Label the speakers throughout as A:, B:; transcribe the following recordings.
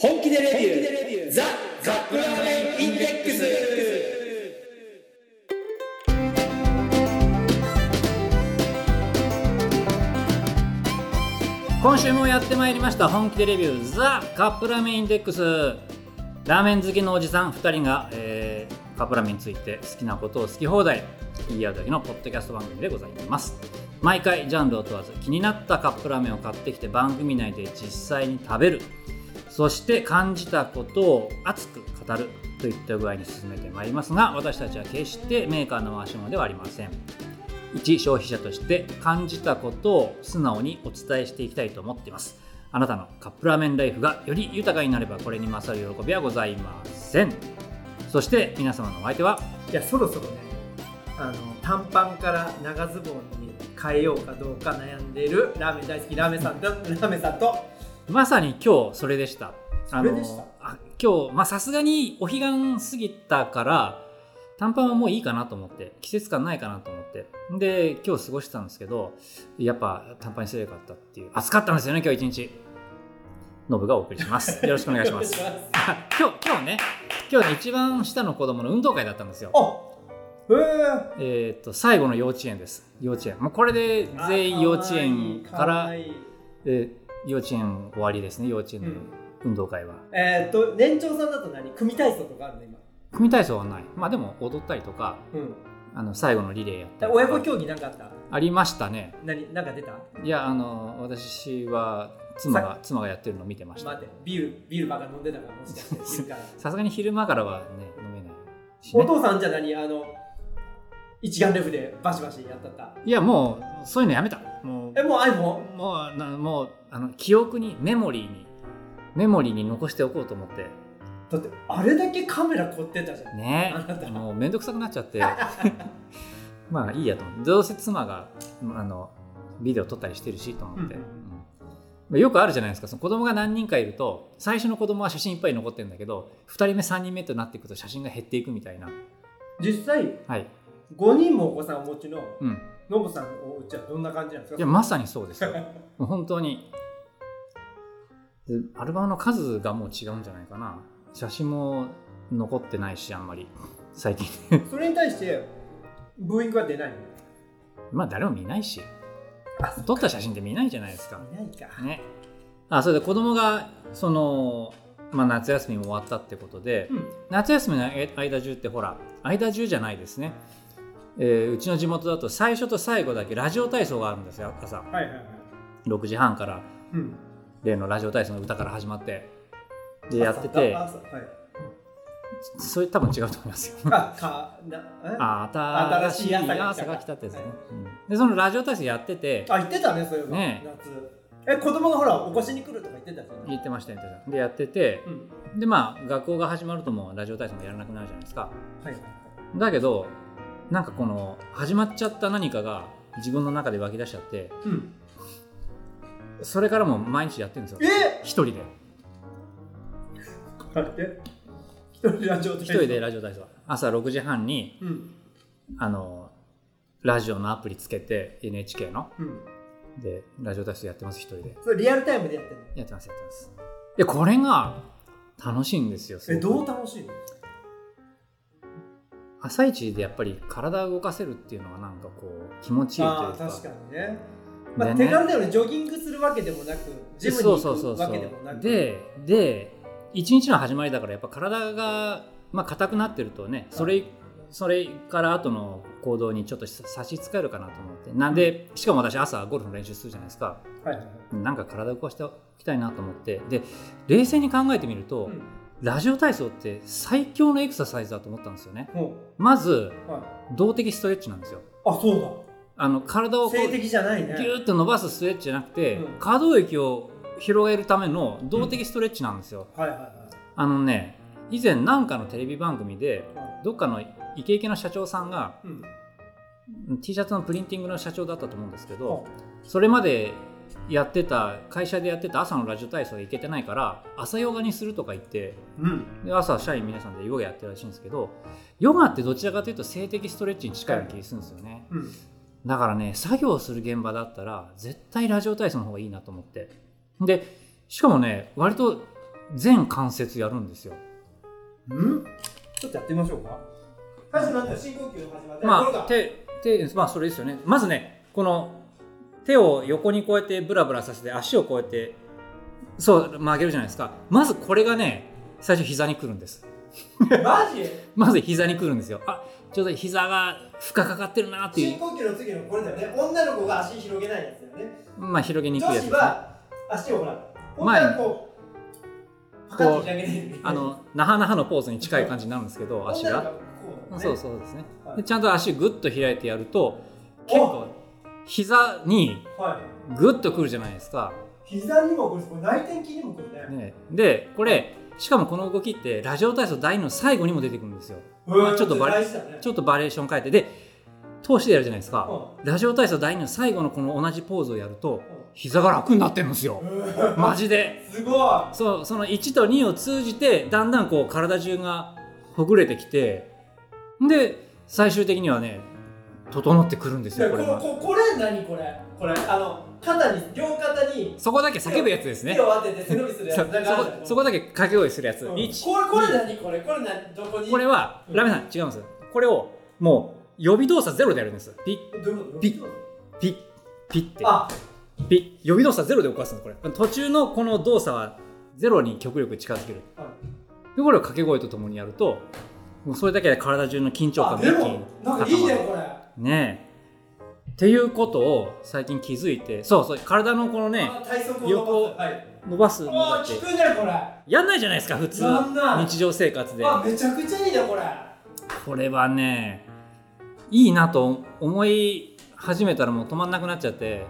A: でレビューザ・カップラーメンインデックス
B: 今週もやってまいりました本気でレビューザ・カップラーメンインデックスラーメン好きのおじさん2人が、えーカップラーメンについて好きなことを好き放題言い合うだけのポッドキャスト番組でございます毎回ジャンルを問わず気になったカップラーメンを買ってきて番組内で実際に食べるそして感じたことを熱く語るといった具合に進めてまいりますが私たちは決してメーカーの回し物ではありません一消費者として感じたことを素直にお伝えしていきたいと思っていますあなたのカップラーメンライフがより豊かになればこれに勝る喜びはございませんそして皆様のお相手はい
C: やそろそろねあの短パンから長ズボンに変えようかどうか悩んでるラーメン大好きラーメンさんとラーメンさんと
B: まさに今日それでしたあ
C: それでした
B: あ今日まあさすがにお彼岸過ぎたから短パンはもういいかなと思って季節感ないかなと思ってで今日過ごしてたんですけどやっぱ短パンにすればよかったっていう暑かったんですよね今日一日ノブがお送りしますよろしくお願いしますあ今日今日ね今日ね一番下の子供の運動会だったんですよ
C: あへえ
B: えーっと最後の幼稚園です幼稚園もうこれで全員幼稚園から
C: いい
B: えー幼稚園終わりですね幼稚園
C: う
B: の
C: ん
B: 運動会は、
C: えーっと年長さんだと何組体操とかあるの今
B: 組体操はないまあでも踊ったりとか
C: うん
B: あの最後のリレーやったり
C: だ親
B: と
C: 子
B: か
C: 競技なんかあった
B: ありましたね
C: 何なんか出た
B: いやあの私は妻が妻がやってるのを見てました
C: 待ってビールビールばっか飲んでたからもしか して昼から
B: さすがに昼間からはね飲めないし、
C: お
B: ね、
C: 父さんじゃ何あの一眼レフでバシバシやったった
B: いやもうそういうのやめたもう
C: えもう iPhone?
B: もうなもうあの記憶にメモリーにメモリーに残しておこうと思って
C: だってあれだけカメラ凝ってたじゃん
B: ね
C: あなた
B: もう面倒くさくなっちゃって まあいいやと思ってどうせ妻があのビデオ撮ったりしてるしと思って、
C: うん
B: うんよくあるじゃないですかその子供が何人かいると最初の子供は写真いっぱい残ってるんだけど2人目3人目となっていくと写真が減っていくみたいな
C: 実際
B: はい、
C: 5人もお子さんをお持ちの
B: うん、
C: ノブさんのお家はどんな感じなんです
B: い
C: か
B: やまさにそうですよもう本当にでアルバムの数がもう違うんじゃないかな写真も残ってないしあんまり最近
C: それに対してブーイングは出ないの
B: まあ誰も見ないし
C: あ
B: 撮った写真って見ないじゃないですか
C: いないか、
B: ね、あそれで子供がその、まあ、夏休みも終わったってことで、
C: うん
B: 夏休みの間中ってほら間中じゃないですね、えーうちの地元だと最初と最後だけラジオ体操があるんですよ朝
C: はいはいはい、
B: 6時半から
C: うん、
B: 例のラジオ体操の歌から始まってでやってて
C: 朝朝はい、
B: それ多分違うと思いますよ
C: あかなえあ
B: 新しい
C: 新しい
B: 朝が来たってですね、うんでそのラジオ体操やってて
C: 言ってたねそういえば、
B: ね
C: 夏え子供がほら起こしに来るとか言ってたじゃん、
B: 言ってましたよ言ってましたでやってて
C: うん
B: でまあ学校が始まるともうラジオ体操もやらなくなるじゃないですか
C: はいはい
B: だけどなんかこの始まっちゃった何かが自分の中で湧き出しちゃって
C: うん、
B: それからもう毎日やってるんですよ
C: え
B: 一人で
C: こうやって一人でラジオ一
B: 一人でラジオ体操は朝6時半に
C: うん
B: あのラジオのアプリつけて NHK の
C: うん
B: でラジオ体操やってます一人で
C: それリアルタイムでやってるの
B: やってますやってますでこれが楽しいんですよす
C: え
B: ごく
C: どう楽しいの
B: 朝一でやっぱり体を動かせるっていうのがなんかこう気持ちいいとい
C: あ
B: う
C: ー
B: か
C: 確かにね、まあ
B: でね
C: 手軽だよねジョギングするわけでもなくジムに
B: そ
C: 行
B: うそうそう
C: く
B: そ
C: わ
B: う
C: けでもなく
B: でで一日の始まりだからやっぱ体がまあ硬くなってるとねそれそれから後の行動にちょっと差し支えるかなと思ってなんでしかも私朝ゴルフの練習するじゃないですか
C: はいはいはい
B: なんか体を動かしておきたいなと思ってで冷静に考えてみると、
C: うん
B: ラジオ体操って最強のエクササイズだと思ったんですよね
C: も
B: まず
C: うはい
B: 動的ストレッチなんですよ
C: あそう
B: あの体を
C: だ
B: こう
C: 性的じゃないね
B: ギューッと伸ばすストレッチじゃなくて、
C: うん
B: 可動域を広げるための動的ストレッチなんですよ、
C: はいはいは
B: あのね以前なんかのテレビ番組で
C: いは
B: どっかのイケイケの社長さんが
C: いうん
B: うん T シャツのプリンティングの社長だったと思うんですけど
C: は
B: それまでやってた会社でやってた朝のラジオ体操がいけてないから朝ヨガにするとか言って
C: うん
B: で朝社員皆さんでヨガやってるらしいんですけどヨガってどちらかというと性的ストレッチに近いような気がするんですよね
C: うん
B: だからね作業する現場だったら絶対ラジオ体操の方がいいなと思ってでしかもね割と全関節やるんですよ
C: うんちょっとやってみましょうか
D: 最初なんか深呼吸始まって、これ
B: まあ
D: が
B: 手手まあそれですよねまずねこの手を横にこうやってブラブラさせて足をこうやってそう曲げるじゃないですかまずこれがね最初膝にくるんです
D: マジ
B: まず膝にくるんですよあちょっと膝が負荷かかってるなってい
D: 深
B: う
D: 呼吸の次のこれだよね。女の子が足広げないやつだよね。
B: まあ広げにくい
D: 女
B: やつで
D: 子
B: すね
D: は足をほら、本当はこう、パカッと開けないといけない
B: あ、のなはなはのポーズに近い感じになるんですけど足
D: 女の子
B: が
D: はこうだよね。
B: そうそうですね
D: はい
B: でちゃんと足グッと開いてやると結構膝に
D: はい。
B: グッとくるじゃないですか
D: 膝にもこれ、これ内転筋にもこれね。
B: ね、でこれしかもこの動きってラジオ体操第2の最後にも出てくるんですよ
D: うん
B: まあちょっとバレ
D: 大事だね。
B: ちょっとバリエーション変えてで通しでやるじゃないですか
D: うん
B: ラジオ体操第2の最後のこの同じポーズをやると膝が楽になってるんです よ
D: うん
B: マジです
D: ごいあ
B: そうその1と2を通じてだんだんこう体中がほぐれてきてで最終的にはね整ってくるんですよこ
D: こ
B: れ
D: れ
B: が
D: ここれ何これこれあの肩に両肩に
B: そこだけ叫ぶやつですね
D: 手を当てて背伸びするやつ
B: そ
D: なんかあるじゃ
B: そこ
D: ん
B: そこだけ掛け声するやつ、
D: うん
B: 一
D: これこれ何これこれ何どこに
B: これは、
D: うん
B: ラメさん違うんですこれをもう予備動作ゼロでやるんですピッ
D: どういうこと
B: ピッピッピッって
D: あ
B: ピッ予備動作ゼロで動かすのこれ途中のこの動作はゼロに極力近づける
D: は
B: でこれを掛け声とともにやるともうそれだけで体中の緊張
D: あ
B: 感
D: で
B: が一気
D: も
B: に
D: なん
B: 高
D: か
B: ま
D: いいね
B: る
D: これ
B: ねえっていうことを最近気づいてそうそう体のこのね
D: あ体側を
B: 横
D: 伸ばすはい
B: 伸ばすのだ
D: あ
B: っ
D: ー
B: て
D: 効くねこれ
B: やんないじゃないですか普通
D: やんない
B: 日常生活で
D: あめちゃくちゃいいねこれ
B: これはねいいなと思い始めたらもう止まんなくなっちゃって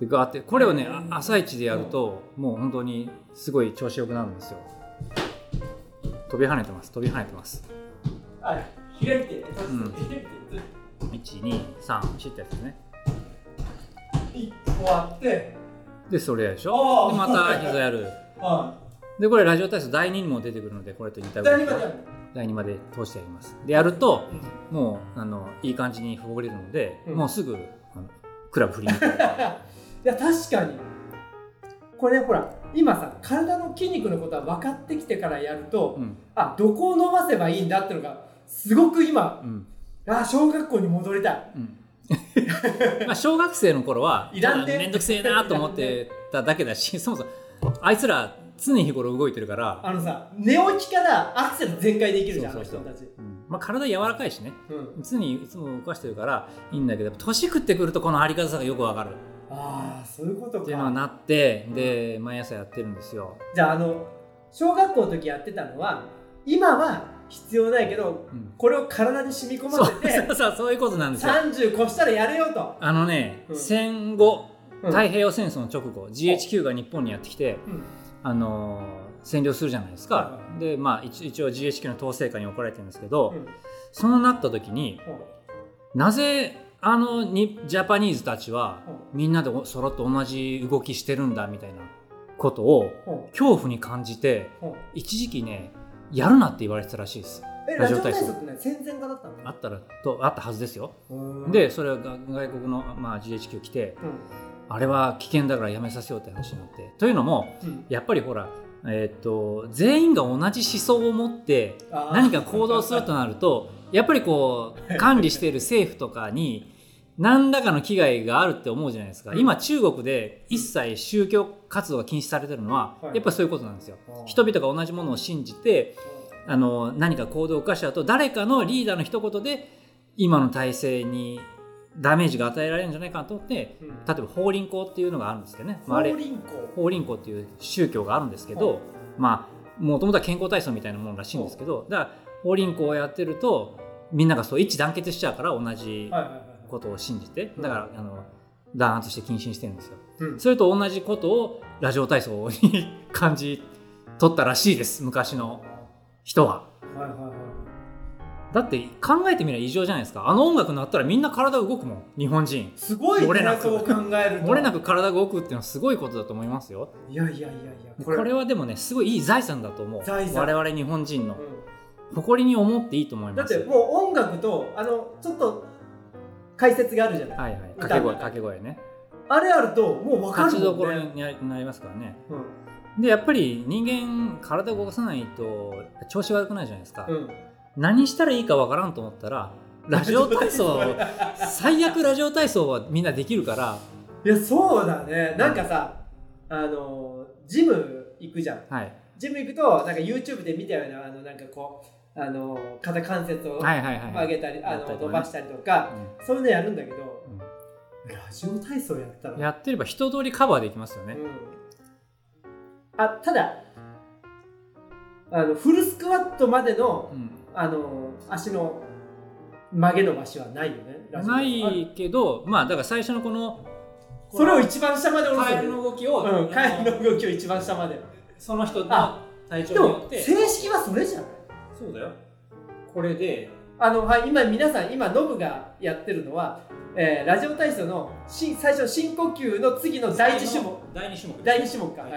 B: でガーってこれをね、あ朝一でやると、もう本当にすごい調子よくなるんですよ飛び跳ねてます飛び跳ねてます
D: はい開いて閉
B: ん
D: じて開いて
B: 1234ってやつですね
D: 一終わって
B: でそれやるでし
D: あ
B: ょ
D: ー
B: でまた膝やる
D: は
B: でこれラジオ体操第2にも出てくるのでこれと似た
D: い
B: 動き
D: 左までやる
B: 第2まで通してやりますでやるともうあのいい感じにほぐれるので、
D: うん
B: もうすぐあのクラブ振りに行く
C: いや確かにこれねほら今さ体の筋肉のことは分かってきてからやると、
B: うん
C: あどこを伸ばせばいいんだっていうのがすごく今
B: うん
C: あ小学校に戻りたい
B: まあ小学生の頃はい
C: らんね
B: ただめんどくせえなと思ってただけだし そもそもあいつら常日頃動いてるから、
C: あのさ寝起きからアクセル全開できるじゃん
B: そうそうそう
C: あの人たち、
B: まあ、体柔らかいしね
C: うん、
B: 常にいつも動かしてるからいいんだけど年食ってくるとこのあり方さがよくわかる
C: ああそういうこと
B: っていうのは
C: か
B: なってで毎朝やってるんですよ、
C: じゃああの小学校の時やってたのは今は必要ないけど
B: うん
C: これを体に染み込
B: そう
C: ませ
B: そう
C: て
B: そうそういうことなんですよ
C: 30越したらやれよと、
B: あのね、
C: うん
B: 戦後
C: うん
B: 太平洋戦争の直後、GHQ が日本にやってきて、
C: うん
B: あのー占領するじゃないですか、でまあ一一応 GHQ の統制下に怒られてるんですけど、
C: うん
B: そのなった時になぜあのにジャパニーズたちはみんなでお揃って同じ動きしてるんだみたいなことを
C: うんうん
B: 恐怖に感じて
C: うん
B: 一時期ねやるなって言われてたらしいです
C: え
B: ラ
C: ラ
B: ジ
C: ジ
B: オ
C: オ
B: 体
C: 体
B: 操
C: 操ってね戦前化だったの
B: あったらとあったはずですよ、
C: うん
B: でそれが外国の、まあ、GHQ 来て
C: うん
B: あれは危険だからやめさせようって話になってというのも
C: うん
B: やっぱりほら、えー、と全員が同じ思想を持って
C: あー
B: 何か行動するとなるとやっぱりこ う管理している政府とかに何らかの危害があるって思うじゃないですか今中国で一切宗教活動が禁止されてるのは
C: はい
B: やっぱりそういうことなんですよ
C: あー。
B: 人々が同じものを信じてあの何か行動を犯しちゃうと誰かのリーダーの一言で今の体制にダメージが与えられるんじゃないかなと思って
C: うん
B: 例えば法輪功っていうのがあるんですけどね、まあ、
C: 法
B: あれ
C: 輪功
B: 法輪功っていう宗教があるんですけど、
C: はい
B: まあもともとは健康体操みたいなものらしいんですけど、だから法輪功をやってるとみんながそう一致団結しちゃうから同じ
C: はいはいはいはい
B: ことを信じて、
C: うん
B: だから、あの弾圧して謹慎してるんですよ、
C: うん
B: それと同じことをラジオ体操に感じ取ったらしいです昔の人は。
C: はいはいはい
B: だって考えてみれば異常じゃないですかあの音楽になったらみんな体動くもん日本人
C: すごい
B: 漏れ
C: ね
B: なく
C: そう考えると
B: 漏れなく体が動くっていうのはすごいことだと思いますよ
C: いやいやいやいや
B: これはでもねすごいいい財産だと思う
C: 財産
B: 我々日本人の
C: う
B: 誇りに思っていいと思い
C: んだっ
B: ます
C: てもう音楽とあのちょっと解説があるじゃない、
B: はいはい
C: 歌
B: 掛け声
C: の中
B: 掛け声ね
C: あれあるともう分か
B: 勝
C: る
B: ちど
C: もん
B: ころ
C: ね
B: になりますからね
C: うん
B: でやっぱり人間体を動かさないと調子悪くないじゃないですか、
C: うん
B: 何したらいいかわからんと思ったらラジオ体操 最悪ラジオ体操はみんなできるから
C: いやそうだねなんかさあのジム行くじゃん
B: はい
C: ジム行くとなんか YouTube で見たようなあのなんかこうあの肩関節を
B: はいはいは
C: 上
B: い、
C: げたり、あ
B: やったりとかね
C: の伸ばしたりとかそういうのやるんだけどラジオ体操やった
B: う
C: ら
B: んやってれば一通りカバーできますよね、
C: うん、あただあのフルスクワットまでの
B: うん
C: あの足の曲げ伸ばしはないよねラジオ
B: な
C: 体操
B: いけどまあだから最初のこの
C: それを一番下まで下ろす
B: カエルの動きを、
C: うん、カエルの動きを一番下まで
B: その人の
C: あ
B: 体調
C: で
B: によ
C: も
B: って
C: 正式はそれじゃない
B: そうだよこれで
C: あの、はい、今皆さん今ノブがやってるのは、えーラジオ体操のし最初深呼吸の次の第一種目
B: 第二種目
C: 第二種目かはい、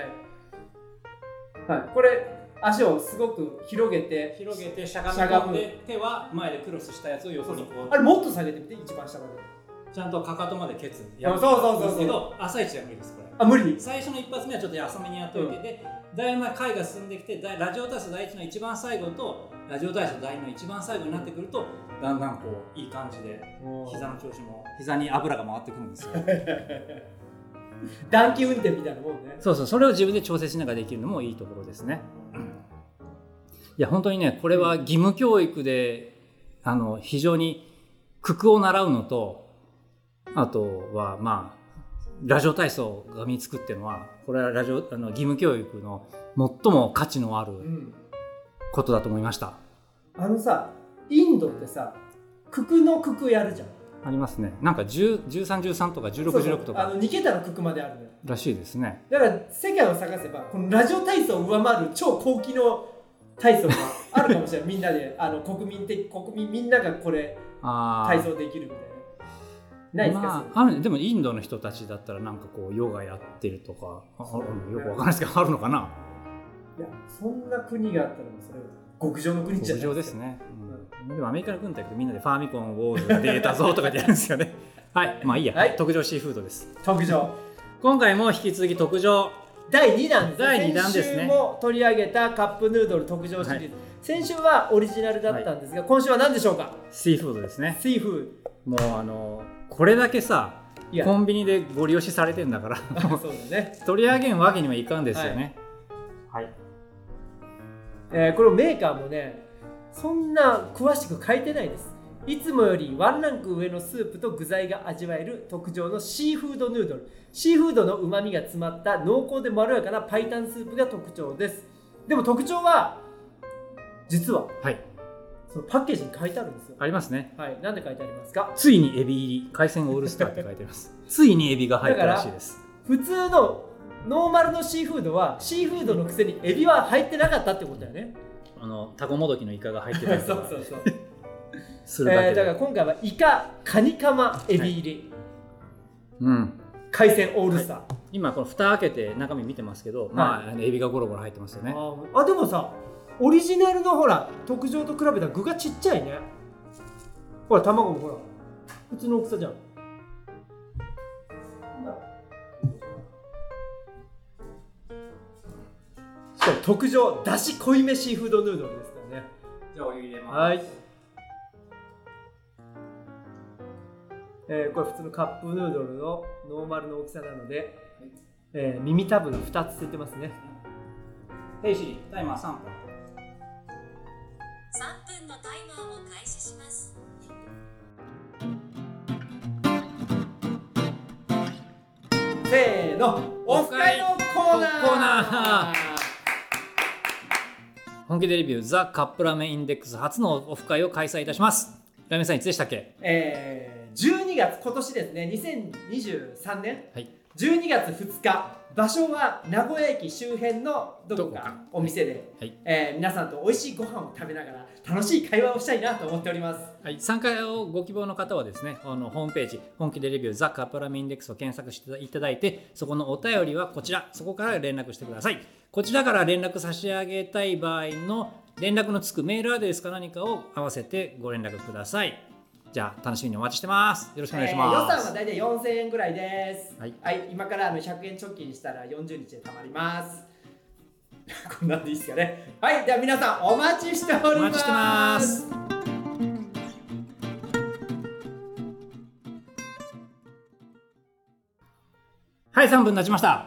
C: はい、これ足をすごく広げて
B: 広げてしゃ
C: が
B: が
C: み
B: み
C: 込
B: 込
C: ん
B: ん
C: で
B: で手は前でクロスしたやつを横にこう
C: あれもっと下げてみて一番下まで
B: ちゃんとかかとまで蹴つ
C: やるそうそうそうそう
B: ですけど朝一は無理ですこれ
C: あ無理
B: 最初の一発目はちょっと浅めにやっといて、でだいぶ回が進んできてだいラジオ体操第一の一番最後とラジオ体操第二の一番最後になってくるとだんだんこういい感じで膝の調子も膝に油が回ってくるんですよ
C: 暖気運転みたいなもんね
B: そうそうそれを自分で調整しながらできるのもいいところですねいや本当にねこれは義務教育であの非常に九九を習うのとあとはまあラジオ体操が身につくっていうのはこれはラジオあの義務教育の最も価値のあ
C: う
B: る
C: ん
B: ことだと思いました、
C: あのさインドってさ九九の九九やるじゃん
B: ありますねなんか1313とか
C: そうそう
B: 1616と
C: あ
B: か
C: の2桁の九九まであるのよ
B: らしいですね
C: だから世界を探せばこのラジオ体操を上回る超高機能体操があるかもしれな いみんなであの国民的国民みんながこれ
B: ああ
C: 体操できるみたいなないですか、
B: まあ、あるでもインドの人たちだったらなんかこうヨガやってるとかああるよくわかんないですけどあるの かな
C: それいやそんな国があったらもうそれは極上の国じゃ
B: 牧
C: ないか
B: 場ですね、うん、でもアメリカの軍隊ってみんなでファーミコンウォーズが出たぞとかってやるんですよね はいまあいいや、
C: はい
B: 特上シーフードです
C: 特上
B: 今回も引き続き特上
C: 第2弾です
B: 第二弾ですね
C: 先週も取り上げたカップヌードル特上シリーズ、先週はオリジナルだったんですが、今週は何でしょうか
B: シーフードですね
C: シーフ
B: もうあのこれだけさ
C: ードいや
B: コンビニでご利用しされてんだから
C: そうだね、
B: 取り上げんわけにはいかんですよねはい、
C: えーこれメーカーもねそんな詳しく書いてないですいつもよりワンランク上のスープと具材が味わえる特上のシーフードヌードルシーフードのうまみが詰まった濃厚でまろやかな白湯スープが特徴ですでも特徴は実は
B: はい
C: そのパッケージに書いてあるんですよ
B: ありますね
C: はい、なんで書いてありますか
B: ついにエビ入り海鮮オールスターって書いてあります ついにエビが入ったらしいです
C: 普通のノーマルのシーフードはシーフードのくせにエビは入ってなかったってことだよね。
B: あのタコもどきのイカが入ってたりとか
C: う そう。
B: するだ
C: え
B: け
C: ー
B: で、
C: だから今回はイカ、カニカマ、エビ入り、
B: うん
C: 海鮮オールスター。
B: 今この蓋開けて中身見てますけど、まああのエビがゴロゴロ入ってますよね
C: あーあでもさ、オリジナルのほら特上と比べたら具がちっちゃいね。ほら卵もほら普通の大きさじゃん。しかも特上だし濃いめシーフードヌードルですからね。
B: じゃあお湯入れ
C: はい。えーこれ普通のカップヌードルのノーマルの大きさなので、えー耳たぶが2つついてますね。
B: ヘイシリタイマー3分
E: 3分のタイマーを開始します
C: せーの、オフ会のコーナー
B: コーナ本気でレビューザ・カップラーメンインデックス初のオフ会を開催いたしますラーメンさんいつでしたっけ
C: えー12月、今年ですね、2023年、
B: はい
C: 12月2日、場所は名古屋駅周辺のどこ
B: どこ
C: か
B: か
C: お店で、
B: はい
C: えー皆さんと美味しいご飯を食べながら楽しい会話をしたいなと思っております。
B: はい、参加をご希望の方はですね、あのホームページ、本気でレビュー、ザ・カップラーメンインデックスを検索していただいて、そこのお便りはこちら、そこから連絡してください。こちらから連絡差し上げたい場合の連絡のつくメールアドレスか何かを合わせてご連絡ください。じゃあ、楽しみにお待ちしてます。よろしくお願いします。
C: えー予算は大体4000円ぐらいです。
B: はい
C: 今からあの100円貯金したら40日で貯まります。 こんなんでいいですかね。はい、では皆さんお待ちしてお
B: お
C: ります。
B: 待ちしてます。はい、3分経ちました。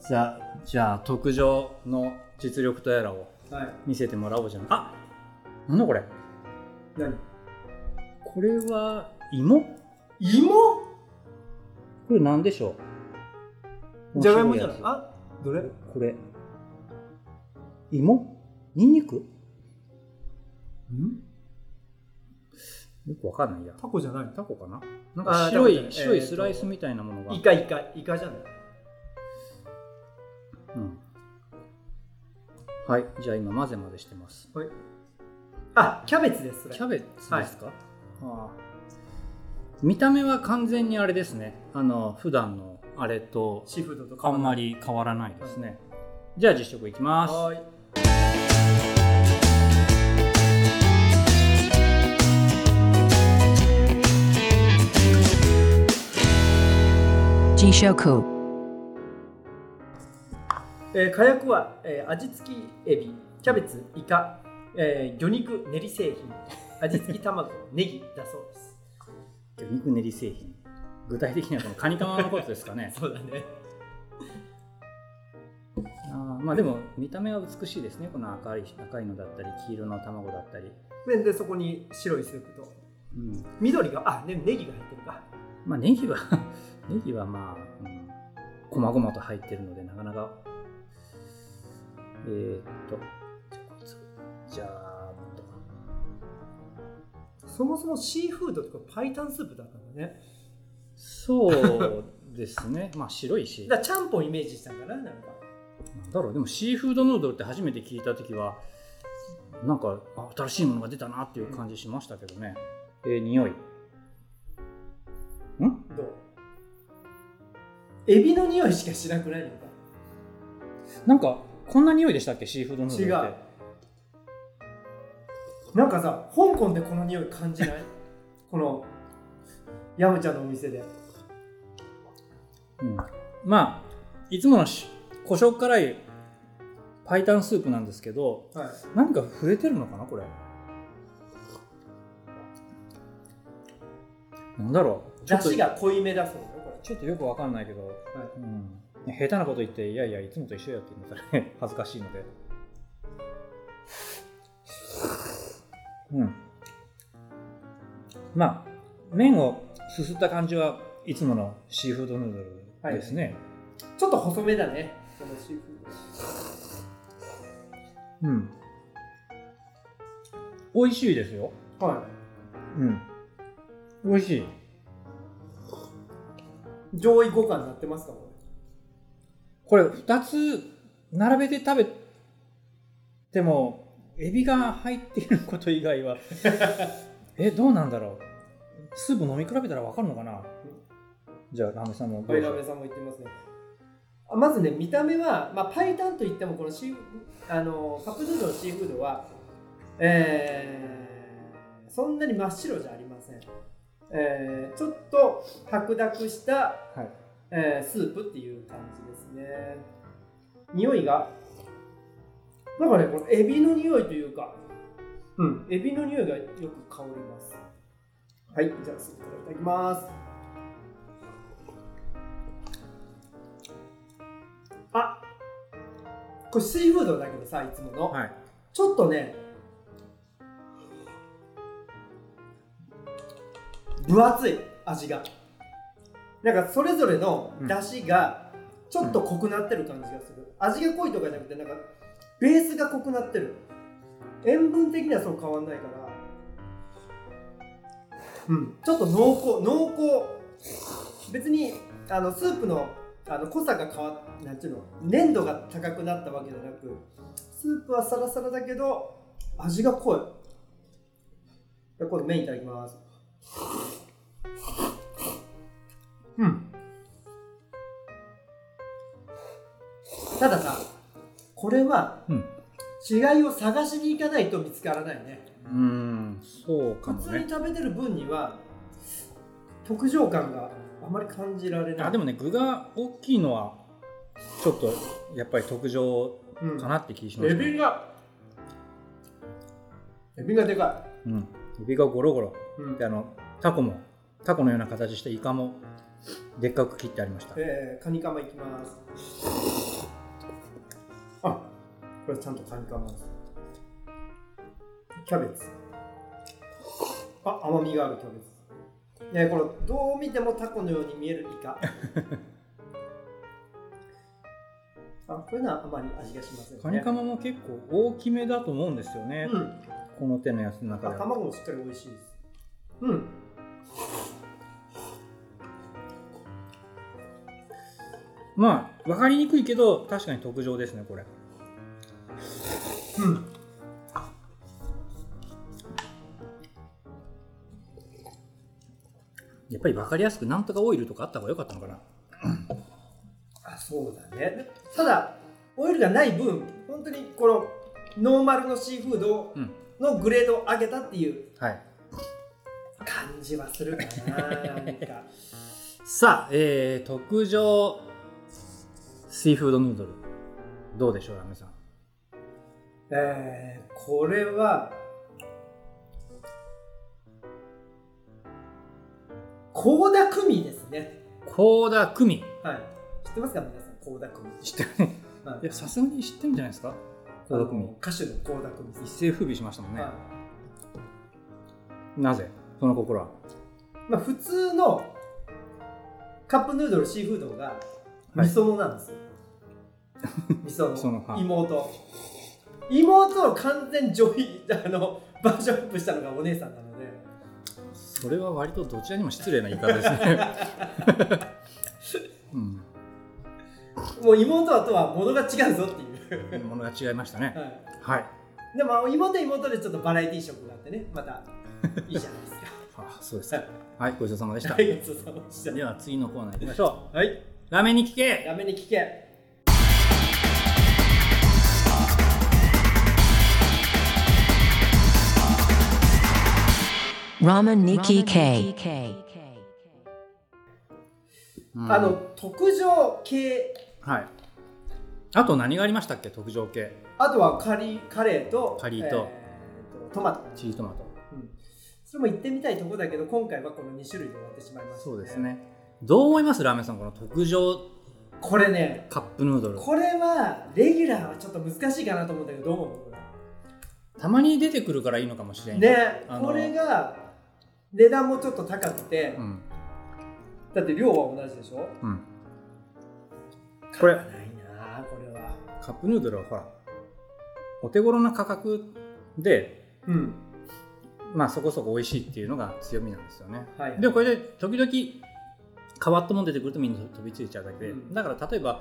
B: さあ、じゃあ、特上の実力とやらを
C: はい、
B: 見せてもらおうじゃん。あなんだこれ
C: 何
B: これは芋こ
C: 芋
B: れなんでしょう
D: じゃがいもじゃない
B: 面白や
D: あどれ
B: つこれ。芋ニンニクよくわかんないや。
D: タコじゃない
B: タコかななん
D: あ
B: か
D: ー
B: 白
D: タコ
B: い、
D: じゃない
B: 白い
D: えーと
B: スライスみたいなものが。
D: イカイカイカじゃない
B: うんはい、じゃあ今混ぜ混ぜしてます。
D: あキャベツですそれ
B: キャベツですか、あー見た目は完全にあれですね。あの、普段のあれと
D: シーフードと
B: あんま
D: り
B: り変わらないですね。じゃあ実食いきます。
D: はーいえー、火薬は、えー味付きエビ、キャベツ、イカ、えー魚肉、練り製品、味付き卵、ネギだそうです。。
B: 魚肉練り製品。具体的にはこのカニカマのことですかね
D: そうだね。
B: あーまあでも見た目は美しいですね。この赤い赤いのだったり、黄色の卵だったり。
D: で、でそこに白いスープと、
B: うん、
D: 緑が、あ、ね、ネギが入ってるか。
B: まあネギは ネギはまあ、うん、こまごまと入ってるのでなかなかえー、っとじゃあこいつじゃあなんとか
D: そもそもシーフードとかパイタンスープだったんだね。
B: そうですね まあ白いし
D: だか
B: な
D: らちゃんぽんイメージしたんかな、なんか。
B: んだろうでもシーフードヌードルって初めて聞いた時はなんかあ新しいものが出たなっていう感じしましたけどね、えー、匂いん
D: どうエビの匂いしかしなくないのか。
B: なんかこんな匂いでしたっけシーフードヌード
D: 違
B: ルっ
D: う
B: て。
D: なんかさ、香港でこの匂い感じない この、ヤムちゃんのお店で。
B: うんまあいつものし胡椒辛いパイタンスープなんですけど
D: はい。
B: 何か触れてるのかなこれなんだろうちょ
D: 出
B: っと
D: 汁が濃いめだそうよこ
B: ちょっとよくわかんないけど、うん下手なこと言っていやいやいつもと一緒やって言うんだから ね恥ずかしいのでうんまあ麺をすすった感じはいつものシーフードヌードルですね、
D: れちょっと細めだねこのシーフー
B: うん。美味しいですよ。
D: ドは
B: うん。美味しい。
D: い上位互換になってますかこ
B: これ2つ並べて食べても、エビが入っていること以外 は、え、どうなんだろう。スープ飲み比べたらわかるのかなじゃあ、ラメさんもど
D: れ
B: う
D: はい
B: ぞ
D: ラメさんも言ってますねあまずね見た目は、まあ、パイタンといってもこのシーフあのカップヌードルのシーフードは、えーそんなに真っ白じゃありません、えーちょっと白濁した、
B: はい
D: えースープっていう感じですね匂いがなんかねこのエビの匂いというかうんエビの匂いがよく香りますはいじゃあスープからいただきますあこれシーフードだけどさいつもの、
B: はい。
D: ちょっとね分厚い味がなんかそれぞれの出汁がちょっと濃くなってる感じがする、味が濃いとかじゃなくてなんかベースが濃くなってる塩分的にはそう変わんないからうんちょっと濃厚濃厚別にあのスープのあの濃さが変わなんていうの粘度が高くなったわけじゃなくスープはサラサラだけど味が濃いじゃあ今度麺いただきますうんたださこれは
B: うん
D: 違いを探しに行かないと見つからないね
B: うん、そうか
D: 普
B: も
D: 通
B: ね
D: に。食べてる分には特上感があまり感じられない
B: あでもね、具が大きいのはちょっとやっぱり特上
D: うん
B: かなって気がします
D: エ
B: ね
D: ビがエビがでか
B: うん、エビがゴロゴロ
D: い、うん
B: であのタコもタコのような形してイカもでっかく切ってありました
D: えー、カニカマいきますあこれちゃんとカニカマですキャベツあ甘みがあるキャベツねこれどう見てもタコのように見える イカあこれはあまり味がしませんね
B: カニカマも結構大きめだと思うんですよね、
D: うん
B: この手のやつの中
D: あ
B: では
D: 卵もしっかり美味しいですうん
B: まあ分かりにくいけど確かに特上ですねこれ
D: うん
B: やっぱり分かりやすくなんとかオイルとかあった方が良かったのかな
D: あそうだねただオイルがない分本当にこのノーマルのシーフード
B: うん
D: のグレードを上げたっていう
B: はい
D: 感じはするかななん か
B: さあ、えー、特上シーフードヌードルどうでしょうラメさん
D: えー、これは高田久美ですね
B: 高田久美
D: はい知ってますか皆さん高田久
B: 知って る
D: 美、はい
B: いやさすがに知ってるんじゃないですか高田久
D: あ
B: 美
D: の歌手の高田久美さん
B: 一世風靡しましたもんね
D: はい
B: なぜその心は
D: まあ、普通のカップヌードルシーフードが
B: はい
D: 味噌のなんです よ、味
B: そ
D: 噌
B: のは
D: の妹妹を完全上位あのバージョンアップしたのがお姉さんなので
B: それは割とどちらにも失礼な言い方ですね、うん、
D: もう妹はとは物が違うぞっていう、
B: ものが違いましたね
D: は
B: はい
D: い、でも妹は妹でちょっとバラエティー色があってねまたいいじゃないですか
B: あそうですかはいごちそうさまで した
D: はいごちそうさまでした
B: では次のコーナー行きましょ
D: はい、
B: うラーメンに聞け
D: ラメに聞け
F: ラーメンに聞け。
D: あの特上系
B: はいあと何がありましたっけ特上系
D: あとはカリカレーと
B: カリーと
D: えーとトマト
B: チリトマト
D: うんそれも行ってみたいところだけど今回はこの2種類で終わってしまいました、
B: そうですねどう思いますラーメンさんこの特上
D: これね
B: カップヌードル
D: これはレギュラーはちょっと難しいかなと思うんだけどどう思
B: たまに出てくるからいいのかもしれ
D: うんね
B: あの
D: これが値段もちょっと高くて、
B: うん
D: だって量は同じでしょ
B: うんこれ
D: 買わないなあこれは
B: カップヌードルはほらお手頃な価格で
D: うん
B: まあそこそこ美味しいっていうのが強みなんですよね
D: はい
B: でもこれで時々変わったもん出てくるとみんな飛びついちゃうだけで、
D: うん
B: だから例えば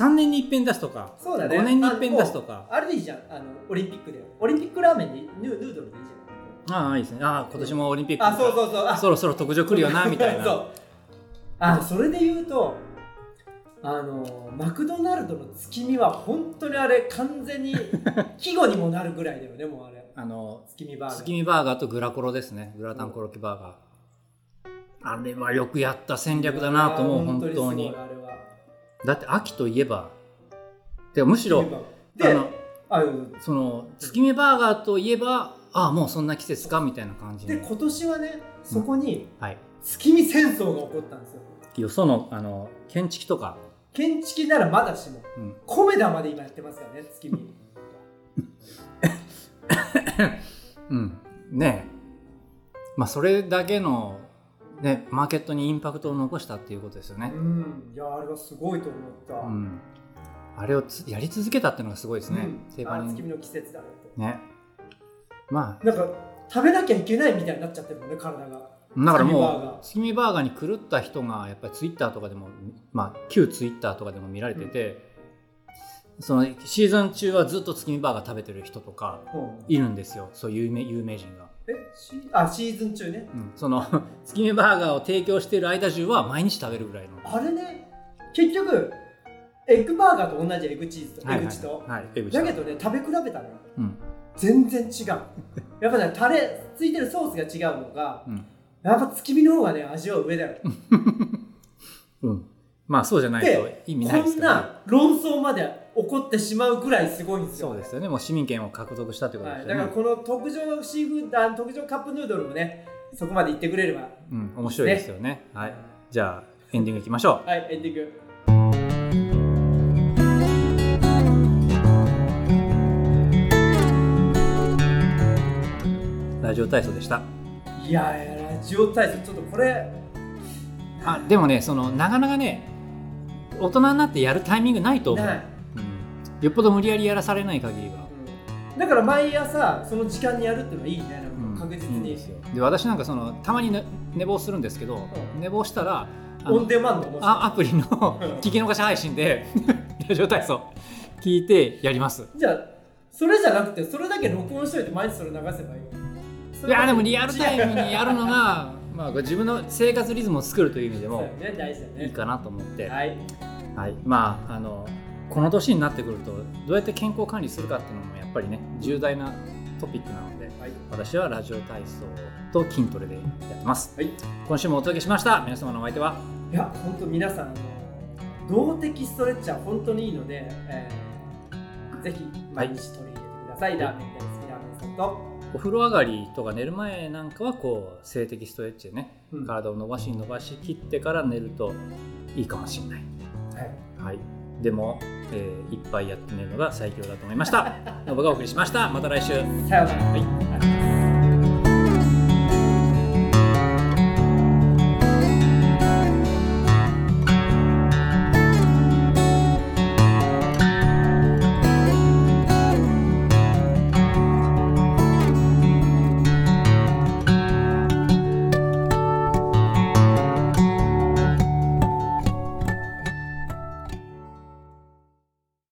B: 3年に一遍出すとか、
D: そうだね
B: 5年に一遍出すとか
D: あれでいいじゃんあのオリンピックでオリンピックラーメンにヌーヌードルでいいじ
B: ああいいですねああ今年もオリンピック
D: ゃんあそうそうそうあ
B: そろそろ特上来るよなみたい
D: そ
B: な
D: うあそれで言うとあのマクドナルドの月見は本当にあれ完 全に季語にもなるぐらいだよねもうあれ
B: あの
D: 月見バーガー
B: 月見バーガーとグラコロですねグラタンコロッケバーガー、あれはよくやった戦略だなと思う
D: いやー
B: 本当に
D: すごいあれは
B: だって秋といえばてかむしろ
D: 月見
B: あ
D: バーガー
B: の
D: であうん
B: その月見バーガーといえばああもうそんな季節かみたいな感じ
D: で
B: の
D: 今年はねそこに
B: はい
D: 月見戦争が起こったんですよ
B: よそのあの建築とか、
D: 建築ならまだしも
B: うん、
D: コメダまで今やってますからね月見
B: うん、ねえまあそれだけの、ね、マーケットにインパクトを残したっていうことですよね
D: う、んいやあれはすごいと思った、
B: う
D: うん
B: ん、あれをつやり続けたっていうのがすごいですね、定
D: あ
B: 番
D: 月見
B: に
D: の季節だなと
B: ねまあ
D: なんか食べなきゃいけないみたいになっちゃってるもんね体が
B: だから
D: 月見バー
B: も
D: ガ
B: う
D: ー
B: 月見バーガーに狂った人がやっぱりツイッターとかでも、まあ、旧ツイッターとかでも見られてて、そのシーズン中はずっと月見バーガー食べてる人とかいるんですよそういう有名有名人が、
D: えシあシーズン中ね
B: うんその 月見バーガーを提供している間中は毎日食べるぐらいの
D: あれね結局エッグバーガーと同じエッグチーズと、
B: はいはい
D: エッグチと、
B: はいエグチ
D: だけどね食べ比べたのよ
B: うん
D: 全然違うやっぱねタレついてるソースが違うのが
B: うん
D: やっぱ月見の方がね味は上だよ
B: うんまあそうじゃないと
D: で
B: 意味ないで
D: こ
B: す
D: ん
B: から、ね、
D: な論争まで起こってしまうぐらいすごいんですよ
B: そうですよねもう市民権を獲得したということ
D: は
B: で
D: い、
B: すよ
D: だ
B: ね、
D: からこの特上のシーフードあ特上カップヌードルもねそこまで言ってくれれば
B: うん面白いですよねはいじゃあエンディングいきましょ
D: はいエンディング
B: うラジオ体操でした
D: いやーラジオ体操ちょっとこれ
B: あでもねそのなかなかね大人になってやるタイミングないと思う、
D: ない、
B: うん、よっぽど無理やりやらされない限りは、
D: うんだから毎朝その時間にやるっていうのはいいねなんか確実
B: うんいい
D: に、
B: ですよで私なんかそのたまにね、寝坊するんですけど、
D: うん
B: 寝坊したらあの
D: オンデマンドも
B: あアプリの聞き逃し配信でラジオ体操聞いてやります
D: じゃあそれじゃなくてそれだけ録音しといて毎日それ流せばいいよそ
B: い
D: れだけ
B: やでもリアルタイムにやるの がまあ自分の生活リズムを作るという意味で
D: そう
B: も
D: だよね大事だね
B: いいかなと思って、
D: はい
B: はい、まああのこの年になってくるとどうやって健康管理するかっていうのもやっぱりね重大なトピックなので、
D: はい
B: 私はラジオ体操と筋トレでやってます、
D: はい
B: 今週もお届けしました皆様のお相手はい
D: や本当皆さんあの動的ストレッチは本当にいいので、えーぜひ毎日取り入れてください、ラーメン大好きラーメンさんと
B: お風呂上がりとか寝る前なんかはこう性的ストレッチでね、
D: うん
B: 体を伸ばし伸ばしきってから寝るといいかもしれない、
D: はい
B: はい、でも、え ーいっぱいやって寝るのが最強だと思いましたノブがお送りしましたまた来週
D: さようなら、
B: はい
D: ありがとうございます